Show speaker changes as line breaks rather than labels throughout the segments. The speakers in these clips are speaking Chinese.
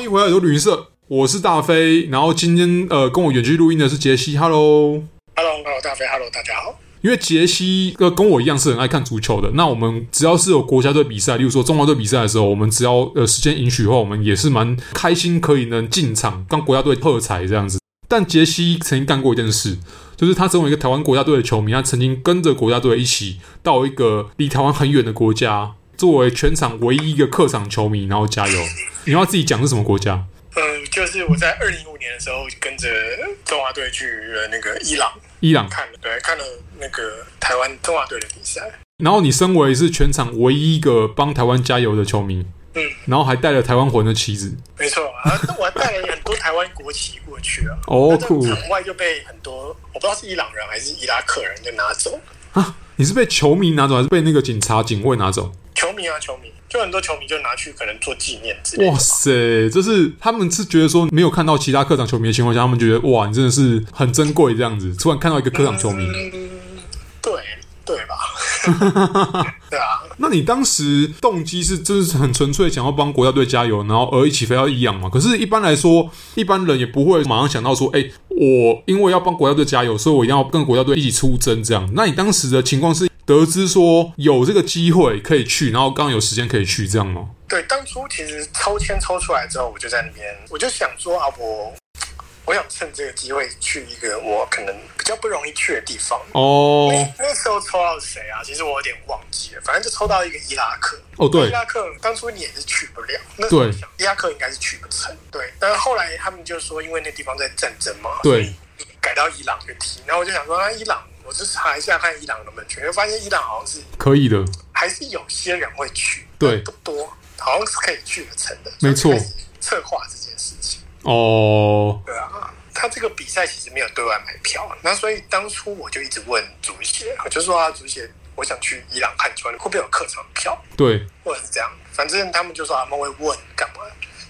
一回来有旅社，我是大飞，然后今天呃跟我远距录音的是杰西，Hello。
Hello，Hello，大飞，Hello，大家好。
因为杰西呃跟我一样是很爱看足球的，那我们只要是有国家队比赛，例如说中华队比赛的时候，我们只要呃时间允许的话，我们也是蛮开心可以能进场帮国家队喝彩这样子。但杰西曾经干过一件事，就是他身为一个台湾国家队的球迷，他曾经跟着国家队一起到一个离台湾很远的国家，作为全场唯一一个客场球迷，然后加油。你要自己讲是什么国家？
嗯，就是我在二零一五年的时候跟着中华队去了那个伊朗
伊朗。
看了，对，看了那个台湾中华队的比赛。
然后你身为是全场唯一一个帮台湾加油的球迷，
嗯，
然后还带了台湾魂的旗子，
没错，啊，我还带了很多台湾国旗过去啊。
哦
那在
酷
场外就被很多我不知道是伊朗人还是伊拉克人就拿走，
啊！你是被球迷拿走还是被那个警察警卫拿走？
球迷啊，球迷，就很多球迷就拿去可能做纪念之类的
哇。塞！这是他们是觉得说没有看到其他客场球迷的情况下，他们觉得哇，你真的是很珍贵这样子。突然看到一个客场球迷，
嗯，对对 吧？ 对啊，
那你当时动机是真的是很纯粹想要帮国家队加油，然后而一起飞到伊朗嘛？可是，一般来说，一般人也不会马上想到说，哎、我因为要帮国家队加油，所以我一定要跟国家队一起出征这样。那你当时的情况是得知说有这个机会可以去，然后刚好有时间可以去这样吗？
对，当初其实抽签抽出来之后，我就在那边，我就想说啊，我我想趁这个机会去一个我可能比较不容易去的地方。
哦
那时候抽到谁啊？其实我有点忘记了，反正就抽到一个伊拉克。
哦，对
伊，拉克当初你也是去不了，那时候
对
想伊拉克应该是去不成。对，但是后来他们就说，因为那地方在战争嘛，
对，
改到伊朗去踢。然后我就想说，那伊朗，我就查一下看伊朗能不能去，就发现伊朗好像是
可以的，
还是有些人会去，
对
不多，好像是可以去得成的。
没错，
策划这件事情，
哦，
对啊，他这个比赛其实没有对外买票，啊那所以当初我就一直问足协，我就说啊，足协，我想去伊朗看球，会不会有客场票，
对，
或者是这样，反正他们就说他们会问干嘛，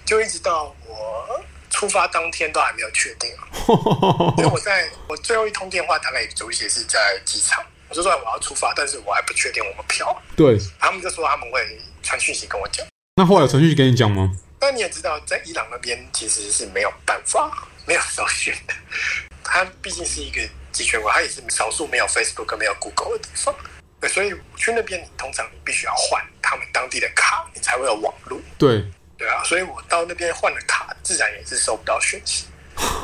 就一直到我。出发当天都还没有确定，啊因为我
哦
在我最后一通电话打给足协是在机场，我就说我要出发，但是我还不确定我们票，
对。
他们就说他们会传讯息跟我讲。
那后来有程序给你讲吗？
但你也知道，在伊朗那边其实是没有办法、没有首选的。它毕竟是一个集权国，它也是少数没有 Facebook 跟没有 Google 的地方。对所以去那边，你通常你必须要换他们当地的卡，你才会有网络。
对，
对啊，所以我到那边换了卡，自然也是收不到讯息。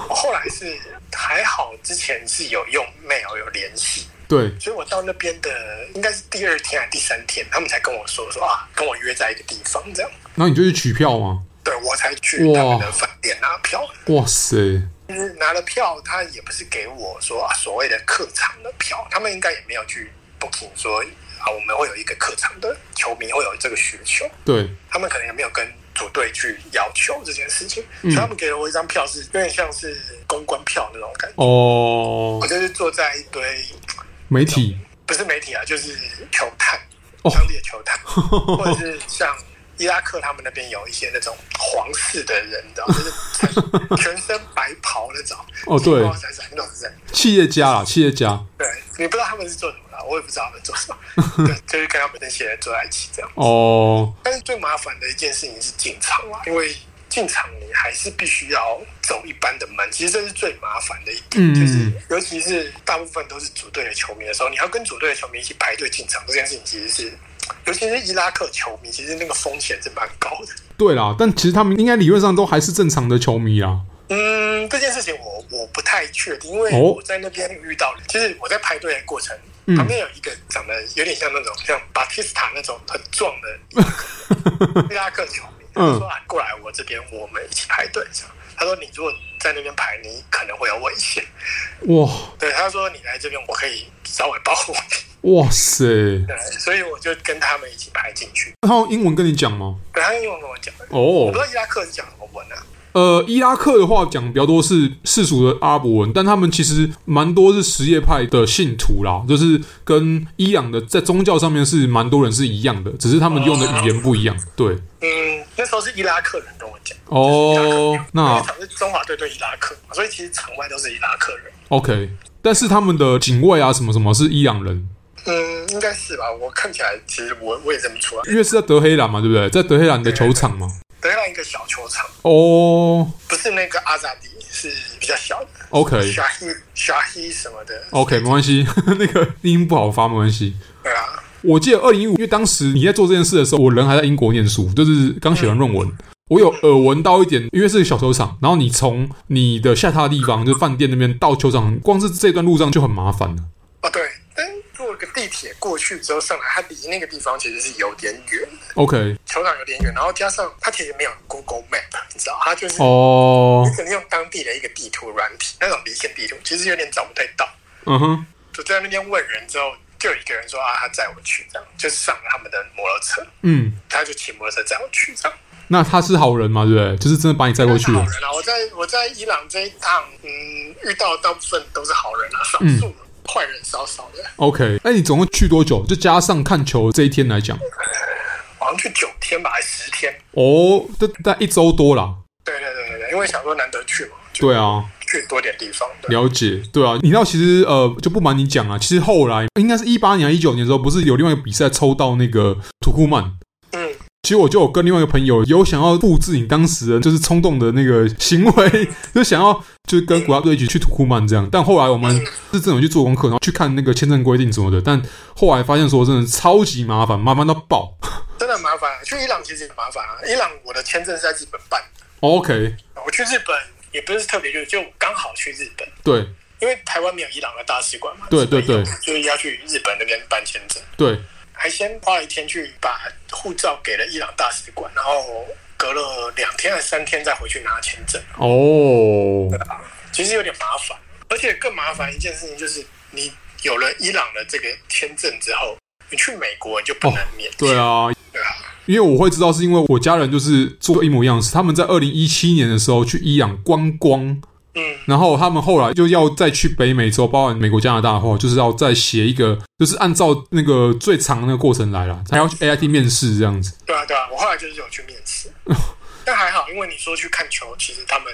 我后来是还好，之前是有用 mail 有联系，
对，
所以我到那边的应该是第二天还是第三天，他们才跟我说说啊，跟我约在一个地方这样。
然后你就去取票嘛。
对我才去他们的饭店拿票，
哇塞，
就是拿了票，他也不是给我说、啊、所谓的客场的票，他们应该也没有去 booking 说啊，我们会有一个客场的球迷会有这个需求，
对，
他们可能也没有跟组队去要求这件事情，所以他们给了我一张票是有点像是公关票那种感觉，
哦
我，就是坐在一堆
媒体，
不是媒体啊，就是球探，
哦
当地的球 探，或者是像伊拉克他们那边有一些那种皇室的人，你知道， 就是全身白袍那种，
哦对
金光闪闪那种人，
企业家啦，企业家。
对，啊你不知道他们是做什么的，啊我也不知道他们做 什么，对，就是跟他们那些人坐在一起这样。
哦，
但是最麻烦的一件事情是进场啦，因为进场你还是必须要走一般的门，其实这是最麻烦的一点，
嗯
就是尤其是大部分都是组队的球迷的时候，你要跟组队的球迷一起排队进场，这件事情其实是。尤其是伊拉克球迷，其实那个风险是蛮高的。
对啦，但其实他们应该理论上都还是正常的球迷啦。
嗯，这件事情我我不太确定，因为
哦
我在那边遇到，就是我在排队的过程，
嗯
旁边有一个长得有点像那种像巴蒂斯塔那种很壮 的伊拉克球迷，他
嗯
就说、啊、过来我这边，我们一起排队这样。他说你如果在那边排，你可能会有危险。
哇，
对，他说你来这边，我可以稍微保护你。
哇塞，
对，所以我就跟他们一起排进去。
他用英文跟你讲吗？
对，他用英文跟我讲，我
哦
不知，道伊拉克是讲什么文啊。
呃，伊拉克的话讲比较多是世俗的阿拉伯文，但他们其实蛮多是什叶派的信徒啦，就是跟伊朗的在宗教上面是蛮多人是一样的，只是他们用的语言不一样。对，
嗯，那时候是伊拉克人跟我讲。
哦，
那
那
一场是中华队对伊拉克嘛，所以其实场外都是伊拉克人。
OK，但是他们的警卫啊什么什么是伊朗人，
嗯，应该是吧？我看起来，其实我我也认不出来。
因为是在德黑兰嘛，对不对？在德黑兰的球场嘛。
德黑兰一个小球场，
哦
不是那个阿扎迪，是比较小的
，OK 哦
沙希沙希什么的。
OK，没关系， 那个英音不好发，没关系。
对啊，
我记得二零一五，因为当时你在做这件事的时候，我人还在英国念书，就是刚写完论文。我有耳闻到一点，因为是个小球场，然后你从你的下榻的地方，就是饭店那边到球场，光是这段路上就很麻烦了。
哦对，但坐个地铁过去之后上来，它离那个地方其实是有点远，
OK，
球场有点远，然后加上它其实没有 Google Map，你知道，它就是
哦，
可能用当地的一个地图软体，那种离线地图，其实有点找不太到。
嗯哼，
就在那边问人之后，就有一个人说啊，他载我去，这样就上了他们的摩托车，
嗯，
他就骑摩托车载我去，这样。
那他是好人嘛，对不对？就是真的把你载过去了。
好人啊！我在我在伊朗这一趟，嗯，遇到大部分都是好人啊，少数坏人少少的，
OK，那你总共去多久？就加上看球这一天来讲，
好像去九天吧，还十天。
哦，这大概一周多啦。
对对对对对，因为想说难得去嘛，就
对啊，
去多点地方。对
了解，对啊，你知道其实呃，就不瞒你讲啊，其实后来应该是一八年、一九年的时候，不是有另外一个比赛抽到那个图库曼。
嗯，
其实我就有跟另外一个朋友有想要复制你当时的就是冲动的那个行为， 就想要就是跟国家队一起去图库曼这样。但后来我们是真的去做功课，然后去看那个签证规定什么的，但后来发现说真的超级麻烦，麻烦到爆。
真的很麻烦、啊去伊朗其实也麻烦啊。伊朗我的签证是在日本办
OK，
啊的，我去日本也不是特别就就刚好去日本，
对
因为台湾没有伊朗的大使馆嘛，
对对对
所以要去日本那边办签证，
对，
还先花了一天去把护照给了伊朗大使馆，然后隔了两天还是三天再回去拿签证，
哦，
啊其实有点麻烦，而且更麻烦一件事情就是你有了伊朗的这个签证之后，你去美国你就不能免签，
对啊，
对啊，
因为我会知道，是因为我家人就是做一模一样的事。他们在二零一七年的时候去伊朗观光，
嗯，
然后他们后来就要再去北美洲，包含美国、加拿大的话，就是要再写一个，就是按照那个最长的那个过程来啦，还要去 AIT 面试这样子。
对啊对啊，我后来就是有去面试， 但还好，因为你说去看球，其实他们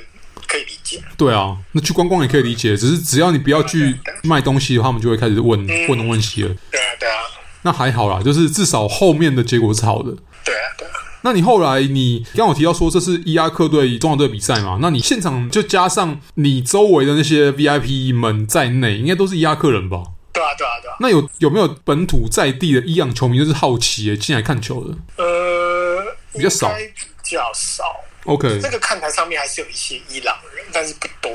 可以理解，
对啊，那去观光也可以理解，只是只要你不要去卖东西的话，他们就会开始问问东问西了。
对啊对啊
那还好啦，就是至少后面的结果是好的。
对啊对啊。
那你后来你刚有提到说这是伊拉克队中国队比赛嘛？那你现场就加上你周围的那些 VIP 们在内，应该都是伊拉克人吧？
对啊，对啊，对啊。
那有有没有本土在地的伊朗球迷就是好奇耶进来看球的
呃，
比较少
应该比较少。
？OK，
这个看台上面还是有一些伊朗人，但是不多。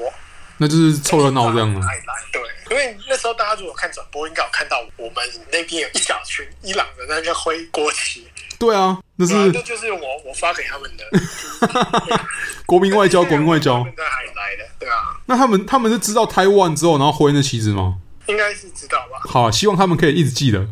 那就是凑热闹这样啊
大家。不太来对，因为那时候大家如果看转播，应该有看到我们那边有一小群伊朗人在那边挥国旗。
对啊，那
对啊，
是
这就是我我发给他们的。
国民外交，国民外交
他。们在海来的，对啊，
那他们他们是知道台湾之后，然后挥那旗子吗？
应该是知道吧？
好啊、希望他们可以一直记得。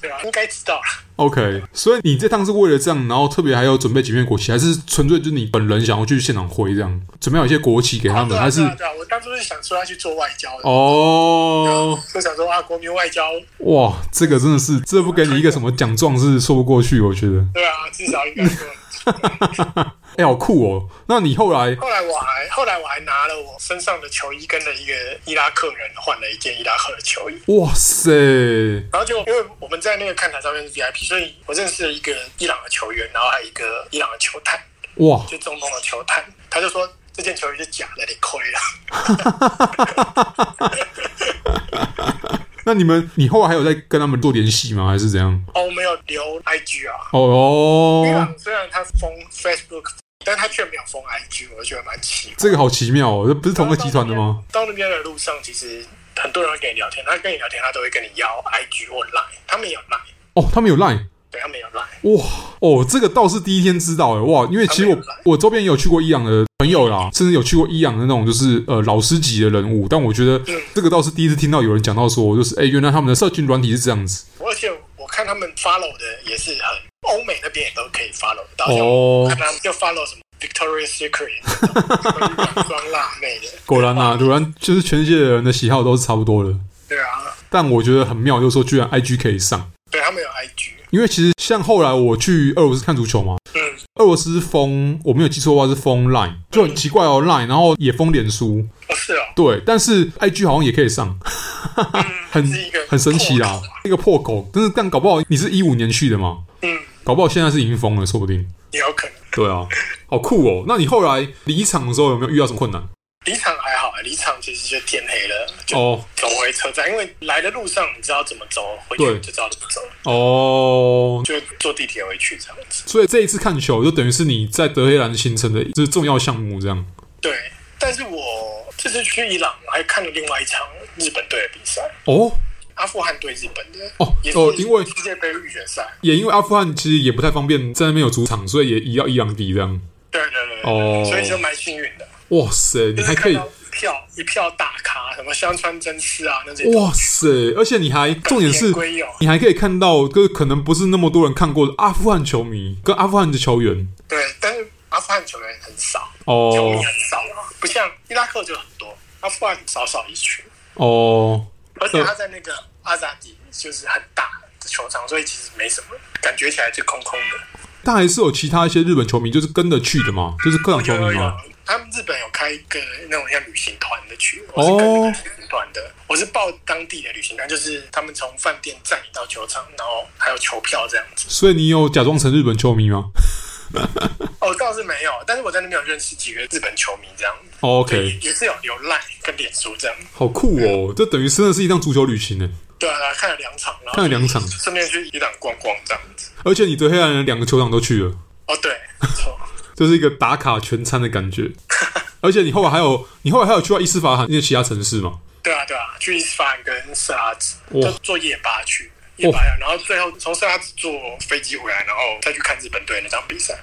对啊，应该知道了。
OK，所以你这趟是为了这样，然后特别还要准备几面国旗，还是纯粹就是你本人想要去现场挥这样？准备好一些国旗给他们，
对啊
还是
对啊，对啊，我当初是想说要去做外交的，
哦，
就想说啊，国民外交，
哇，这个真的是，这不给你一个什么奖状是说不过去，我觉得。
对啊，至少应该说。
哎、好酷哦！那你后来
后来我还后来我还拿了我身上的球衣，跟了一个伊拉克人换了一件伊拉克的球衣。
哇塞，
然后就因为我们在那个看台上面是 VIP，所以我认识了一个伊朗的球员，然后还有一个伊朗的球探，
哇，
就中东的球探，他就说这件球衣是假的，你亏了。
那你们你后来还有在跟他们做联系吗？还是怎样？
哦，我没有留 IG 啊。
哦哦，
伊朗虽然他封 Facebook，但他却没有封 IG，我就觉得蛮奇怪。
这个好奇妙哦，这不是同个集团的吗？
到那边的路上，其实很多人会跟你聊天，他跟你聊天，他都会跟你要 IG 或 Line，他们也有 Line，
哦，他们有 Line。
对他们也有 Line。
哇哦，这个倒是第一天知道哎哇，因为其实我我周边也有去过伊朗的朋友啦，甚至有去过伊朗的那种就是呃老师级的人物，但我觉得这个倒是第一次听到有人讲到说，就是哎、原来他们的社群软体是这样子
而且我看他们 follow 的也是很欧美那边也都可以 follow 得到，
哦
像，他们就 follow 什么 Victoria Secret 那种什么装辣妹的，
果然啊，果然就是全世界的人的喜好都是差不多的，
对啊，
但我觉得很妙，就是说居然 IG 可以上，
对他们有 IG，
因为其实像后来我去俄罗斯看足球嘛，
嗯，
俄罗斯封我没有记错的话是封 Line，就很奇怪哦 Line，然后也封脸书，
哦是哦，
对，但是 IG 好像也可以上，啊很
嗯是一个
很神奇啊啦
破口，
一个破口。但是但搞不好你是一五年去的嘛，
嗯，
搞不好现在是已经封了，说不定。
也有可能，
对啊，好酷哦！那你后来离场的时候有没有遇到什么困难？
离场还好，离场其实就天黑了，就
哦
走回车站，因为来的路上你知道怎么走，回去
对
就知道怎么走，
哦，
就坐地铁回去这样子。
所以这一次看球就等于是你在德黑兰形成的就是重要项目，这样
对，但是我这次去伊朗还看了另外一场日本队的比赛，
哦。
阿富汗对日本的
哦
也
哦
是
因为
世界杯预选赛。
也因为阿富汗其实也不太方便在那边有主场，所以也移到伊朗底这样。
对对对对对
哦
所以就蛮幸运的，
哇塞，你
就
还
是
可
看
以
到票一票大咖，什么香川真司啊那些，
哇塞！而且你还重点是
言归哦有，
你还可以看到，就是可能不是那么多人看过的阿富汗球迷跟阿富汗的球员
对，但是阿富汗球员很少，球
哦
迷很少啊，不像伊拉克就很多，阿富汗少少一群，
哦
而且他在那个阿扎迪就是很大的球场，所以其实没什么，感觉起来就空空的。
但还是有其他一些日本球迷就是跟着去的嘛，就是客场球
有有
迷嘛
有。，他们日本有开一个那种像旅行团的去，我是跟那个
哦
旅行团的，我是报当地的旅行团，就是他们从饭店载你到球场，然后还有球票这样子。
所以你有假装成日本球迷吗
哦，倒是没有，但是我在那边有认识几个日本球迷这样，
哦
对，
？OK，
也是有有赖跟脸书这样。
好酷哦！这等于真的是一趟足球旅行呢。
对啊，看了两场，然后
看了两场
顺便去伊朗逛逛这样子。
而且你对黑暗人两个球场都去了，
哦，对，没错，
这是一个打卡全餐的感 觉。而且你后来还有，你后来还有去到伊斯法罕那些其他城市嘛？
对啊，对啊，去伊斯法罕跟色拉子，
哇
就坐夜巴去。夜巴呀，然后最后从色拉子坐飞机回来，然后再去看日本队那场比赛。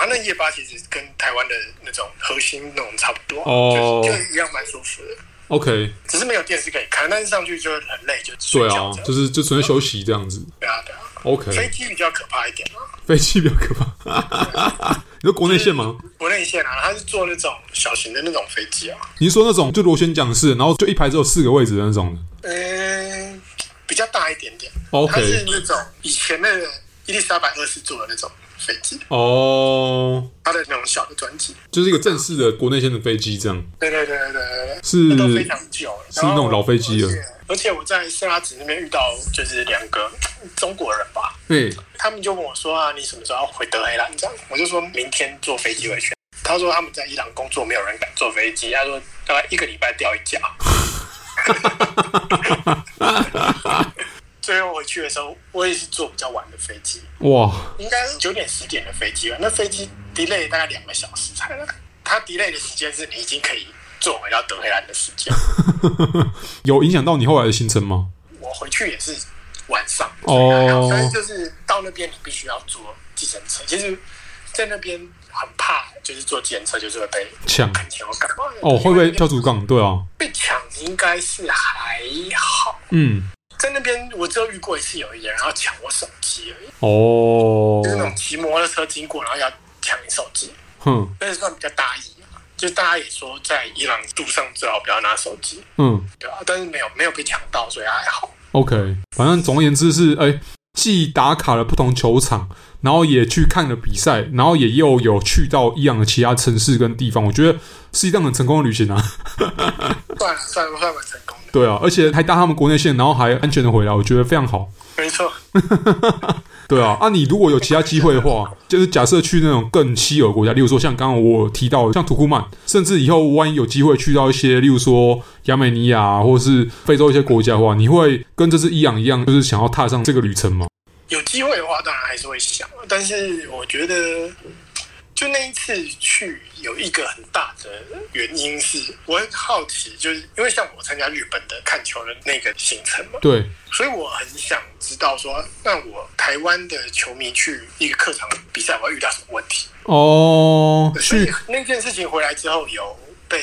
啊，那夜巴其实跟台湾的那种核心那种差不多，
哦
就是就一样蛮舒服的，
？OK，
只是没有电视可以看，但是上去就很累，就睡
对
觉
啊
这，样。
就是就纯粹休息这样子。
对啊，对啊，飞
OK，
机比较可怕一点啊。
飞机比较可怕。 你说国内线吗？
国内线啊，他是坐那种小型的那种飞机啊，
你是说那种就螺旋桨式，然后就一排只有四个位置的那种的？
嗯，比较大一点点。
OK
它是那种以前的伊丽莎白二世坐的那种飞机，
哦，
它的那种小的专机。
就是一个正式的国内线的飞机这样。
对对对对对对，
是
那都非常久了，
是那种老飞机了
然后而且而且我在圣拉子那边遇到就是两个中国人吧，
对，
他们就问我说啊，你什么时候要回德黑兰？这样，我就说明天坐飞机回去。他说他们在伊朗工作，没有人敢坐飞机。他说大概一个礼拜掉一 架。 最后回去的时候，我也是坐比较晚的飞机，
哇，
应该是九点十点的飞机吧。那飞机 delay 大概两个小时才来，它 delay 的时间是你已经可以坐回到德黑兰的时间。
有影响到你后来的行程吗？
我回去也是晚上
哦
但是就是到那边你必须要坐计程车。其实，在那边很怕，就是坐计程车就是会被
抢
喷钱或干嘛的。
哦，会不会
因为
跳竹杠？对啊，
被抢？应该是还好，
嗯，
在那边我只有遇过一次，有一人要抢我手机而已，
哦，
就是那种骑摩托车经过，然后要抢你手机，
哼，
那是算比较大意啊。就大家也说，在伊朗路上最好不要拿手机，
嗯
对吧、但是没有没有被抢到，所以还好。
，OK，反正总而言之是，哎、既打卡了不同球场，然后也去看了比赛，然后也又有去到伊朗的其他城市跟地方，我觉得是一趟很成功的旅行啊。
算了算了，算蛮成功的，
对啊，而且还搭他们国内线，然后还安全的回来，我觉得非常好。
没错。
对 啊，啊，你如果有其他机会的 话，就是假设去那种更稀有的国家，例如说像刚刚我提到的，像土库曼，甚至以后万一有机会去到一些，例如说亚美尼亚、或是非洲一些国家的话，你会跟这次伊朗一样，就是想要踏上这个旅程吗？
有机会的话，当然还是会想，但是我觉得，就那一次去有一个很大的原因是，我很好奇，就是因为像我参加日本的看球的那个行程嘛，
对，
所以我很想知道说，那我台湾的球迷去一个客场比赛，我要遇到什么问题？
哦，
所以
去
那件事情回来之后，有被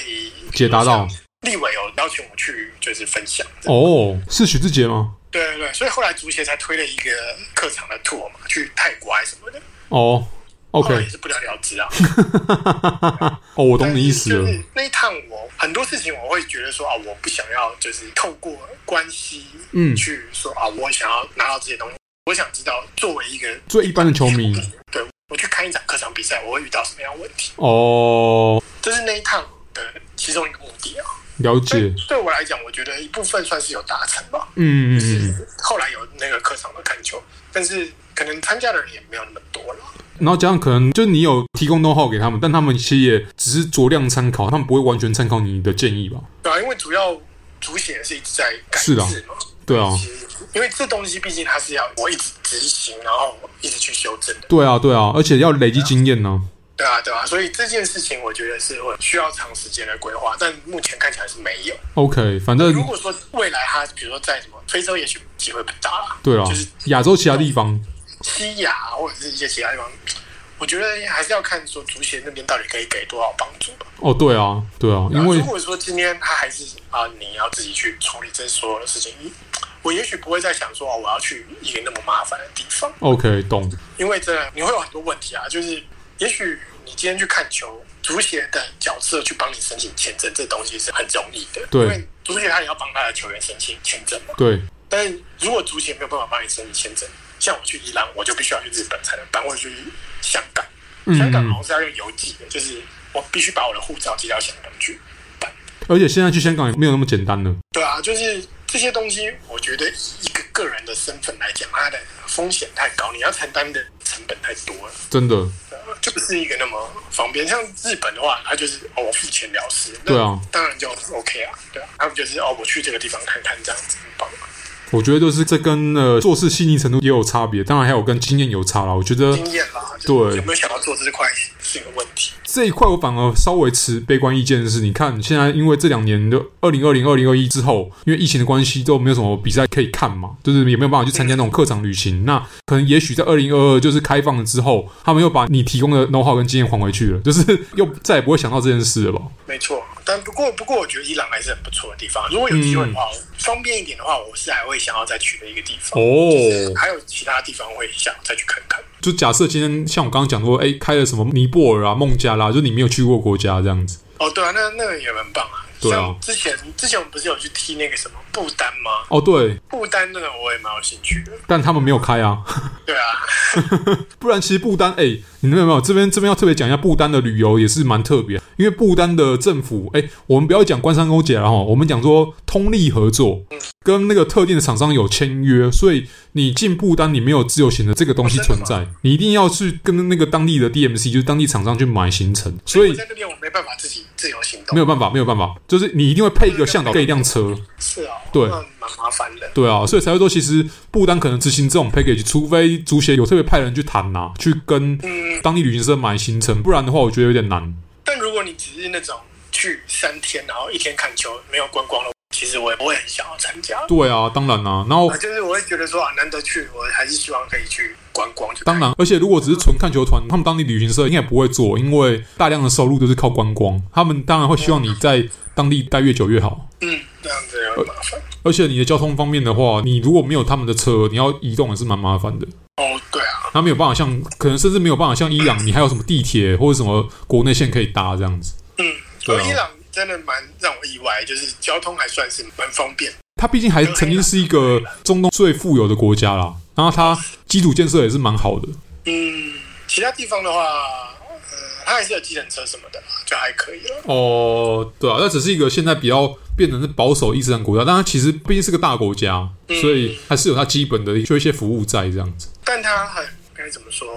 解答到，
立委有邀请我去，就是分享。
哦，是许志杰吗？
对对对，所以后来足协才推了一个客场的 tour 嘛，去泰国还是什么的。
哦
后来
，OK，
也是不了了之啊。
哦，我懂你意思
但是
了
就，是那一趟我很多事情我会觉得说啊，我不想要就是透过关系，
嗯
去说啊，我想要拿到这些东西。我想知道作为一个
最一般的球迷，
对我去看一场客场比赛，我会遇到什么样的问题？
哦，
这是那一趟的其中一个目的啊。
了
所以
解，
对我来讲，我觉得一部分算是有达成吧。
嗯嗯嗯。嗯
后来有那个客场的看球，但是可能参加的人也没有那么多了。
然后加上可能就是你有提供 know how 给他们，但他们其实也只是酌量参考，他们不会完全参考你的建议吧？
对啊，因为主要主写是一直在改
是
字
啊
嘛。
对啊，
其实因为这东西毕竟它是要我一直执行，然后一直去修正的，
对啊，对啊，而且要累积经验呢、
对啊，对啊，所以这件事情我觉得是我需要长时间的规划，但目前看起来是没有。
OK，反正
如果说未来它，比如说在什么非洲，也许机会不大啦，
对了啊
就是，
亚洲其他地方，
西亚或者是一些其他地方，我觉得还是要看说足协那边到底可以给多少帮助吧。
哦，对啊，对啊，因为
如果说今天他还是啊，你要自己去处理这所有的事情，我也许不会再想说哦，我要去一个那么麻烦的地方，
OK 懂，
因为这你会有很多问题啊。就是也许你今天去看球，足协的角色去帮你申请签证，这东西是很容易的，
对
因为足协他也要帮他的球员申请签证嘛。
对
但是如果足协没有办法帮你申请签证，像我去伊朗，我就必须要去日本才能办，或者去香港。
嗯
香港好像是要用邮寄的，就是我必须把我的护照寄到香港去。
而且现在去香港也没有那么简单了。
对啊，就是这些东西，我觉得以一个个人的身份来讲，它的风险太高，你要承担的成本太多了，
真的，
呃就不是一个那么方便。像日本的话，它就是哦，我付钱了事，那
对啊
当然就 OK 啊，对啊，他们就是哦，我去这个地方看看这样子，很棒。
我觉得就是这跟呃做事细腻程度也有差别，当然还有跟经验有差啦。我觉得
经验啦，就是
对
有没有想要做这块是一个问题。
这一块我反而稍微持悲观意见的是，你看现在因为这两年的二零二零、二零二一之后，因为疫情的关系，都没有什么比赛可以看嘛，就是也没有办法去参加那种客场旅行。那可能也许在二零二二就是开放了之后，他们又把你提供的 know how 跟经验还回去了，就是又再也不会想到这件事了吧？
没错，但不过不过，我觉得伊朗还是很不错的地方。如果有机会的
嗯
话，方便一点的话，我是还会想要再去的一个地方。
哦
还有其他地方会想再去看看。
就假设今天像我刚刚讲过，哎，开了什么尼泊尔啊、孟加拉，就你没有去过国家这样子。
哦，对啊，那那个也蛮棒啊。
对啊
像之前之前我们不是有去踢那个什么不丹吗？
哦，对，
不丹那个我也蛮有兴趣的。
但他们没有开啊。
对啊，
不然其实不丹，哎、你们有没有这边这边要特别讲一下不丹的旅游也是蛮特别，因为不丹的政府，哎、我们不要讲官商勾结了哈，我们讲说通力合作，跟那个特定的厂商有签约，所以你进不丹你没有自由行的这个东西
哦真
存
的吗
在，你一定要去跟那个当地的 DMC，就是当地厂商去买行程，所
我
以
在那边我没办法自己自由行动。
没有办法，没有办法，就是你一定会配一个向导配一辆车，
是啊，
对
那蛮麻烦的。
对啊，所以才会说，其实不单可能执行这种 package，除非足协有特别派人去谈呐、去跟当地旅行社买行程，不然的话，我觉得有点难。
但如果你只是那种去三天，然后一天看球没有观光的，其实我也不会很想要参加。
对啊，当然啦、然后
啊，就是我会觉得说啊，难得去，我还是希望可以去观光。就
当然，而且如果只是纯看球团，他们当地旅行社应该也不会做，因为大量的收入都是靠观光，他们当然会希望你在当地待越久越好。
嗯，这样子也很麻烦。
而且你的交通方面的话，你如果没有他们的车，你要移动也是蛮麻烦的。
哦，对啊，
他没有办法像，可能甚至没有办法像伊朗，你还有什么地铁或者什么国内线可以搭这样子。
嗯，
对啊
而伊朗真的蛮让我意外，就是交通还算是蛮方便。
它毕竟还曾经是一个中东最富有的国家啦，然后它基础建设也是蛮好的。
嗯，其他地方的话，呃，它还是有计程车什么的，就还可以了。
哦，对啊，那只是一个现在比较变成是保守伊斯兰国家，但它其实毕竟是个大国家，
嗯
所以还是有它基本的就一些服务在这样子。
但它很该怎么说，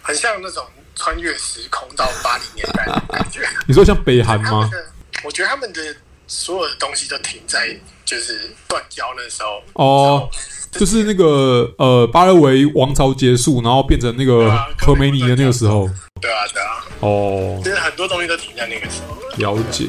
很像那种穿越时空到八零年代的感觉。
你说像北韩
他们
吗？
的，我觉得他们的所有的东西都停在就是断交那时候。
哦，就是那个呃巴勒维王朝结束，然后变成那个
对啊
和梅尼的那个时候。
对啊，对啊，
哦，
就是很多东西都停在那个时候。
了解。